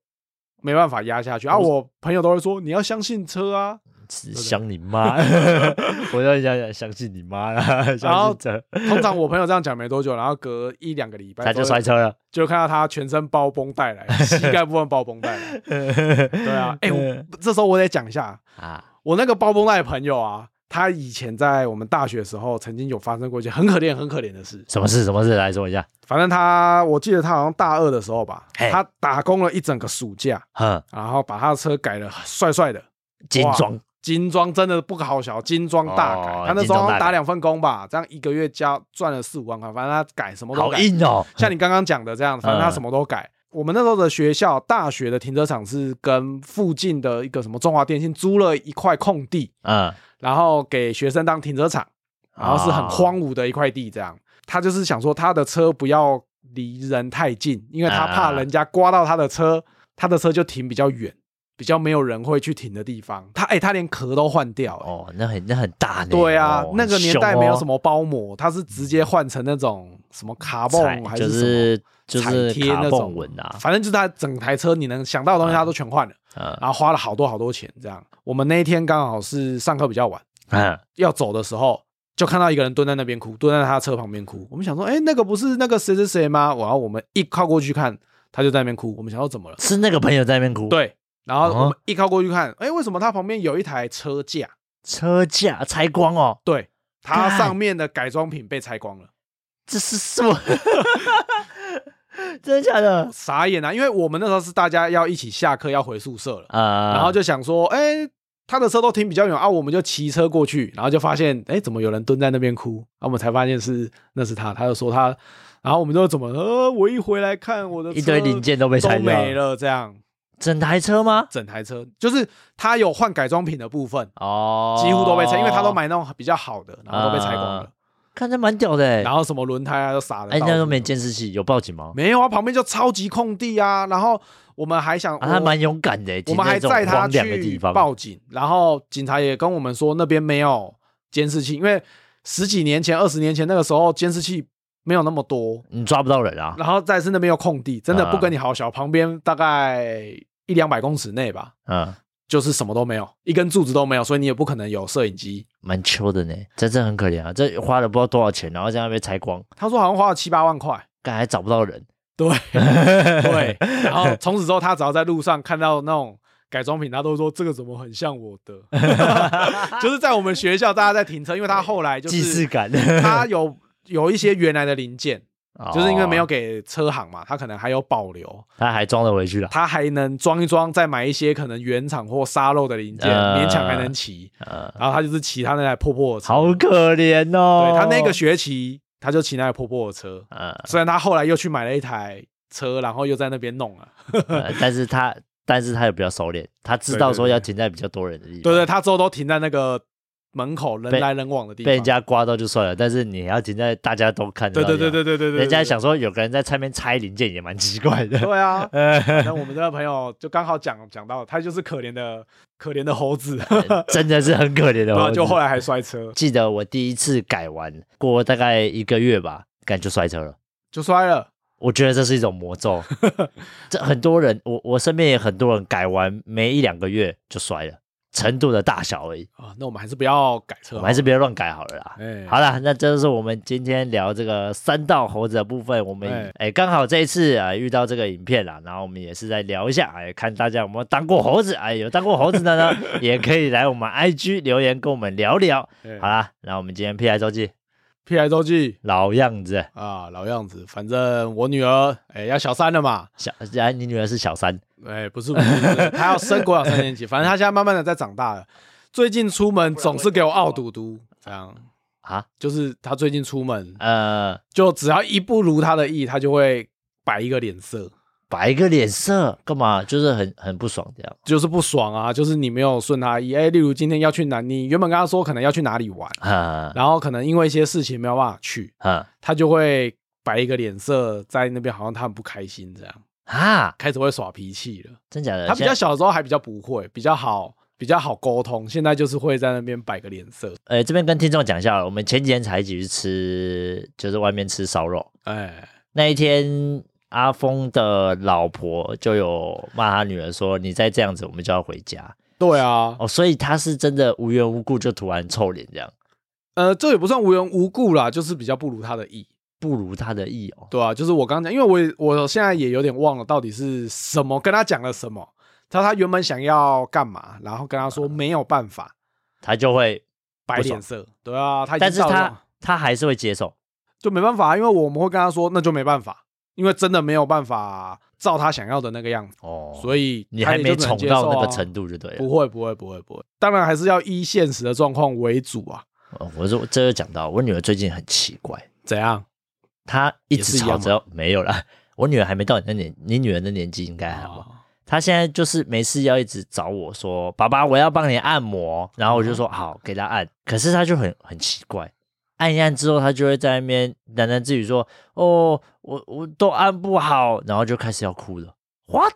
Speaker 2: 没办法压下去啊。
Speaker 1: 我
Speaker 2: 我朋友都会说你要相信车啊，
Speaker 1: 是想你妈， 我就想想相信你妈啦，相信这，
Speaker 2: 通常我朋友这样讲没多久，然后隔一两个礼拜
Speaker 1: 他就摔，车 了。
Speaker 2: 就看到他全身包绷带来，膝盖部分包绷带来，
Speaker 1: 对
Speaker 2: 对 啊，哎、
Speaker 1: 嗯
Speaker 2: 我这时候我得讲一下，
Speaker 1: 啊，
Speaker 2: 我那个包绷带的朋友啊，他以前在我们大学的时候，曾经有发生过一件很可怜、很可怜的事。
Speaker 1: 什么事？什么事？来说一下。
Speaker 2: 反正他，我记得他好像大二的时候吧，
Speaker 1: 嘿
Speaker 2: 他打工了一整个暑假，
Speaker 1: 哼，
Speaker 2: 然后把他的车改了帅帅的
Speaker 1: 精装
Speaker 2: 精装，真的不好小，精装大改。
Speaker 1: 哦
Speaker 2: 他那时候
Speaker 1: 精装大改
Speaker 2: 打两份工吧，这样一个月加赚了四五万块，反正他改什么都
Speaker 1: 好
Speaker 2: 改，
Speaker 1: 硬哦，
Speaker 2: 像你刚刚讲的这样，反正他
Speaker 1: 嗯
Speaker 2: 什么都改。我们那时候的学校大学的停车场是跟附近的一个什么中华电信租了一块空地，
Speaker 1: 嗯，
Speaker 2: 然后给学生
Speaker 1: 啊
Speaker 2: 当停车场，然后是很荒芜的一块地这样。他就是想说他的车不要离人太近，因为他怕人家刮到他的车，他的车就停比较远，比较没有人会去停的地方。他哎、他连壳都换掉、哎
Speaker 1: 哦，那很那很大呢。
Speaker 2: 对啊，
Speaker 1: 哦
Speaker 2: 那个年代没有什。
Speaker 1: 很凶哦
Speaker 2: 么包膜，它是直接换成那种什么卡
Speaker 1: 彩
Speaker 2: 泵啊还
Speaker 1: 就是
Speaker 2: 什
Speaker 1: 是就
Speaker 2: 么彩
Speaker 1: 是
Speaker 2: 贴
Speaker 1: 卡
Speaker 2: 那
Speaker 1: 泵
Speaker 2: 种
Speaker 1: 纹啊，
Speaker 2: 反正就是它整台车你能想到的东西，它都全换了，
Speaker 1: 嗯
Speaker 2: 然后花了好多好多钱这样。我们那一天刚好是上课比较晚，
Speaker 1: 嗯，
Speaker 2: 要走的时候。就看到一个人蹲在那边哭，蹲在他的车旁边哭。我们想说，哎、那个不是那个谁谁谁吗？然后我们一靠过去看，他就在那边哭。我们想说怎么了？
Speaker 1: 是那个朋友在那边哭。，
Speaker 2: 对，然后我
Speaker 1: 哦
Speaker 2: 们一靠过去看，哎、为什么他旁边有一台车架？
Speaker 1: 车架拆光哦，
Speaker 2: 对，它
Speaker 1: 干
Speaker 2: 上面的改装品被拆光了。
Speaker 1: 这是什么？ 真的假的？
Speaker 2: 傻眼啊！因为我们那时候是大家要一起下课要回宿舍了，
Speaker 1: 啊，
Speaker 2: 然后就想说，哎、他的车都停比较远啊，我们就骑车过去，然后就发现，哎、怎么有人蹲在那边哭？然后我们才发现是那是他，他就说他，然后我们就怎么，呃，我一回来看我的
Speaker 1: 一堆零件都被
Speaker 2: 都
Speaker 1: 拆掉
Speaker 2: 没，了，这样
Speaker 1: 整台车吗？
Speaker 2: 整台车就是他有换改装品的部分。
Speaker 1: 哦，
Speaker 2: 几乎都被拆，因为他都，买那种比较好的，然后都被拆光了
Speaker 1: 啊。看着蛮屌的欸。
Speaker 2: 然后什么轮胎啊都撒了。
Speaker 1: 哎，人家都没监视器，有报警吗？
Speaker 2: 没有啊，旁边就超级空地啊。然后我们还想，
Speaker 1: 啊，他
Speaker 2: 我
Speaker 1: 蛮勇敢的欸，
Speaker 2: 我们还
Speaker 1: 停
Speaker 2: 载
Speaker 1: 在这种
Speaker 2: 他
Speaker 1: 荒凉的地
Speaker 2: 去
Speaker 1: 方。
Speaker 2: 报警，然后警察也跟我们说那边没有监视器，因为十几年前、二十年前那个时候监视器没有那么多，
Speaker 1: 你抓不到人啊？
Speaker 2: 然后再是那边又空地，真的不
Speaker 1: 啊
Speaker 2: 跟你好小，旁边大概一两百公尺内吧，
Speaker 1: 嗯，
Speaker 2: 就是什么都没有，一根柱子都没有，所以你也不可能有摄影机。
Speaker 1: 蛮秋的呢，这真的很可怜啊！这花了不知道多少钱，然后在那边拆光，
Speaker 2: 他说好像花了七八万块。
Speaker 1: 刚还找不到人。
Speaker 2: 对 对，然后从此之后，他只要在路上看到那种改装品，他都说这个怎么很像我的，就是在我们学校大家在停车，因为他后来就
Speaker 1: 既视
Speaker 2: 是
Speaker 1: 感，
Speaker 2: 他有有一些原来的零件， 就是因为没有
Speaker 1: 哦，
Speaker 2: 给车行嘛，他可能还有保留，
Speaker 1: 他还装了回去了。
Speaker 2: 他还能装一装，再买一些可能原厂或沙漏的零件，
Speaker 1: 呃
Speaker 2: 勉强还能骑。
Speaker 1: 呃，
Speaker 2: 然后他就是骑他那台破破的车，
Speaker 1: 好可怜哦。
Speaker 2: 对他那个学期他就骑那台破破的车，
Speaker 1: 呃，
Speaker 2: 虽然他后来又去买了一台车，然后又在那边弄了。
Speaker 1: 呃 但是他但是他也比较熟练，他知道说要停在比较多人的地方。
Speaker 2: 对对，他之后都停在那个门口人
Speaker 1: 被
Speaker 2: 来人往的地方。
Speaker 1: 被人家刮到就算了，但是你还要停在大家都看得
Speaker 2: 对
Speaker 1: 到的
Speaker 2: 对
Speaker 1: 地方
Speaker 2: 对对对对对，
Speaker 1: 人家
Speaker 2: 对
Speaker 1: 想说有个人在上面拆零件也蛮奇怪的。。
Speaker 2: 对啊
Speaker 1: 呃，
Speaker 2: 那我们这个朋友就刚好讲讲到，他就是可怜的可怜的猴子，
Speaker 1: 真的是很可怜的
Speaker 2: 然
Speaker 1: 猴
Speaker 2: 后
Speaker 1: 子。
Speaker 2: 就后来还摔车，
Speaker 1: 记得我第一次改完，过大概一个月吧，感觉摔车了。
Speaker 2: 就摔了。
Speaker 1: 我觉得这是一种魔 咒。这很多人，我我身边也很多人改完没一两个月就摔了，程度的大小而已。
Speaker 2: 啊，那我们还是不要改
Speaker 1: 我
Speaker 2: 车好了，
Speaker 1: 们还是别乱改好了啦。
Speaker 2: 哦哎，
Speaker 1: 好了，那这就是我们今天聊这个三道猴子的部分。我们
Speaker 2: 哎
Speaker 1: 哎，刚、好这一次啊、遇到这个影片啦，然后我们也是在聊一下，哎，看大家有没有当过猴子，哎，有当过猴子的呢， 也可以来我们 IG 留言跟我们聊聊。好
Speaker 2: 哎
Speaker 1: 啦，那我们今天 P I 周记
Speaker 2: 屁孩周记
Speaker 1: 老样子，
Speaker 2: 啊，老样子，反正我女儿哎要小三了嘛，
Speaker 1: 小哎，你女儿是小三，
Speaker 2: 哎，不是不是，不是她要升国小三年级，反正她现在慢慢的在长大了。最近出门总是给我傲嘟嘟，这样
Speaker 1: 啊，
Speaker 2: 就是她最近出门
Speaker 1: 呃，
Speaker 2: 就只要一不如他的意，他就会摆一个脸色，
Speaker 1: 摆一个脸色干嘛？就是很很不爽这样。
Speaker 2: 就是不爽啊，就是你没有顺他意。哎，例如今天要去哪，你原本跟他说可能要去哪里玩，
Speaker 1: 啊
Speaker 2: 然后可能因为一些事情没有办法去，
Speaker 1: 啊
Speaker 2: 他就会摆一个脸色在那边，好像他很不开心这样，
Speaker 1: 啊！
Speaker 2: 开始会耍脾气了。
Speaker 1: 真假的？
Speaker 2: 他比较
Speaker 1: 呃现在
Speaker 2: 小的时候还比较不会，比较好。比较好沟通，现在就是会在那边摆个脸色，
Speaker 1: 呃，这边跟听众讲一下，我们前几天才一起去吃，就是外面吃烧肉。
Speaker 2: 哎，
Speaker 1: 那一天，阿峰的老婆就有骂他女儿说：“你再这样子，我们就要回家。
Speaker 2: 对啊”，
Speaker 1: 哦，所以他是真的无缘无故就突然臭脸这样，
Speaker 2: 呃，这也不算无缘无故啦，就是比较不如他的意。
Speaker 1: 不如他的意哦。
Speaker 2: 对啊，就是我刚刚讲，因为我也我现在也有点忘了到底是什么跟他讲了什么。他他原本想要干嘛，然后跟他说没有办法，
Speaker 1: 他就会，呃
Speaker 2: 摆
Speaker 1: 不爽
Speaker 2: 脸色。对啊，他已经
Speaker 1: 但是
Speaker 2: 照样
Speaker 1: 他他还是会接受。
Speaker 2: 就没办法，因为我们会跟他说那就没办法，因为真的没有办法照他想要的那个样子，
Speaker 1: 哦，以
Speaker 2: 所以
Speaker 1: 你
Speaker 2: 他
Speaker 1: 还
Speaker 2: 也就
Speaker 1: 没
Speaker 2: 只能
Speaker 1: 宠
Speaker 2: 接受啊、
Speaker 1: 到那个程度就对了。
Speaker 2: 不会不会不会不会，当然还是要依现实的状况为主啊。
Speaker 1: 哦我说这就讲到我女儿最近很奇怪，
Speaker 2: 怎样？
Speaker 1: 她一
Speaker 2: 也
Speaker 1: 直
Speaker 2: 是一样
Speaker 1: 吵着没有啦。 我女儿还没到你那年，你女儿的年纪应该还哎好。
Speaker 2: 啊
Speaker 1: 她现在就是没事要一直找我
Speaker 2: 嗯
Speaker 1: 说：“爸爸，我要帮你按摩。”然后我就说：“好，给她按。”可是她就很很奇怪，按一按之后，他就会在那边喃喃自语说：“哦，我我都按不好。”然后就开始要哭了。What？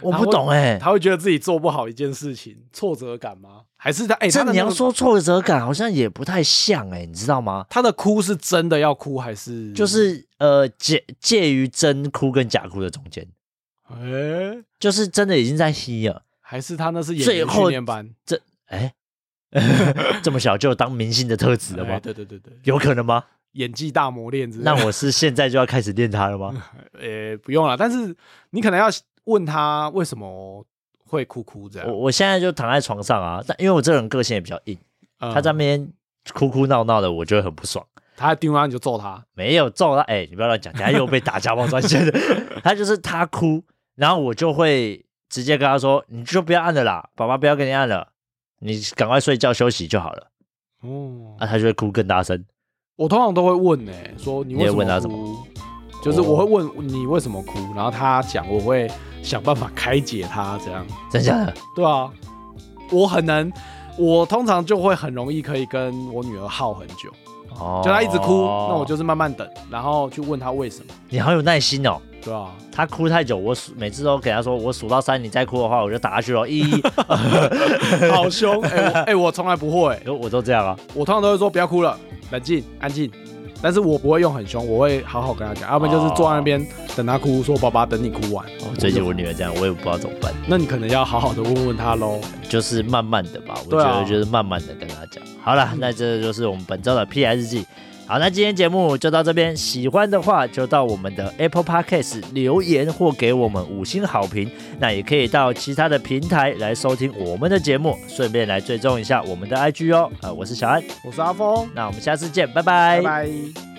Speaker 1: 我不懂哎、
Speaker 2: 他会觉得自己做不好一件事情，挫折感吗？还是他哎、
Speaker 1: 这
Speaker 2: 他的
Speaker 1: 你
Speaker 2: 那
Speaker 1: 要
Speaker 2: 个
Speaker 1: 说挫折感，好像也不太像哎、你知道吗？
Speaker 2: 他的哭是真的要哭还是
Speaker 1: 就是呃，介介于真哭跟假哭的中间，
Speaker 2: 哎、
Speaker 1: 就是真的已经在吸了。
Speaker 2: 还是他那是演
Speaker 1: 最
Speaker 2: 员
Speaker 1: 后
Speaker 2: 训练班
Speaker 1: 哎、这么小就有当明星的特质了
Speaker 2: 哎
Speaker 1: 吗？
Speaker 2: 对对对对，
Speaker 1: 有可能 吗？
Speaker 2: 演技大磨练之类的。
Speaker 1: 那我是现在就要开始练他了吗？
Speaker 2: 呃，不用了。但是你可能要问他为什么会哭哭这样
Speaker 1: 我。我现在就躺在床上啊，但因为我这个人个性也比较硬，
Speaker 2: 嗯
Speaker 1: 他在那边哭哭闹闹的，我就会很不爽。
Speaker 2: 他丢他你就揍他，
Speaker 1: 没有揍他，哎、你不要乱讲，等下又被打家暴专线的。 他就是他哭，然后我就会直接跟他说，你就不要按了啦，爸爸不要给你按了，你赶快睡觉休息就好了。
Speaker 2: 哦
Speaker 1: 啊，他就会哭更大声。
Speaker 2: 我通常都会问呢、说你为什
Speaker 1: 你也问他
Speaker 2: 么
Speaker 1: 什哦
Speaker 2: 哭？就是我会问你为什么哭，然后他讲，我会想办法开解他，这样。
Speaker 1: 真假的？
Speaker 2: 对啊，我很能，我通常就会很容易可以跟我女儿耗很久，
Speaker 1: 哦
Speaker 2: 就她一直哭，那我就是慢慢等，然后去问她为什么，
Speaker 1: 你好有耐心哦。
Speaker 2: 对啊，
Speaker 1: 他哭太久，我数每次都给他说，我数到三，你再哭的话，我就打下去了。一，
Speaker 2: 好凶，哎、我哎、我从来不会、
Speaker 1: 我我都这样啊。
Speaker 2: 我通常都会说不要哭了，冷静，安静。但是我不会用很凶，我会好好跟她讲，要不然就是坐在那边等她哭，说爸爸等你哭完。
Speaker 1: 哦最近我女儿这样，我也不知道怎么办，
Speaker 2: 那你可能要好好的问问她喽。
Speaker 1: 就是慢慢的吧，我
Speaker 2: 对
Speaker 1: 觉
Speaker 2: 啊
Speaker 1: 得就是慢慢的跟她讲。好了，那这就是我们本周的 P S 记。好，那今天节目就到这边，喜欢的话就到我们的 Apple Podcast 留言或给我们五星好评，那也可以到其他的平台来收听我们的节目，顺便来追踪一下我们的 IG 哦。啊、我是小安，
Speaker 2: 我是阿峰，
Speaker 1: 那我们下次见，拜
Speaker 2: 拜
Speaker 1: 拜
Speaker 2: 拜。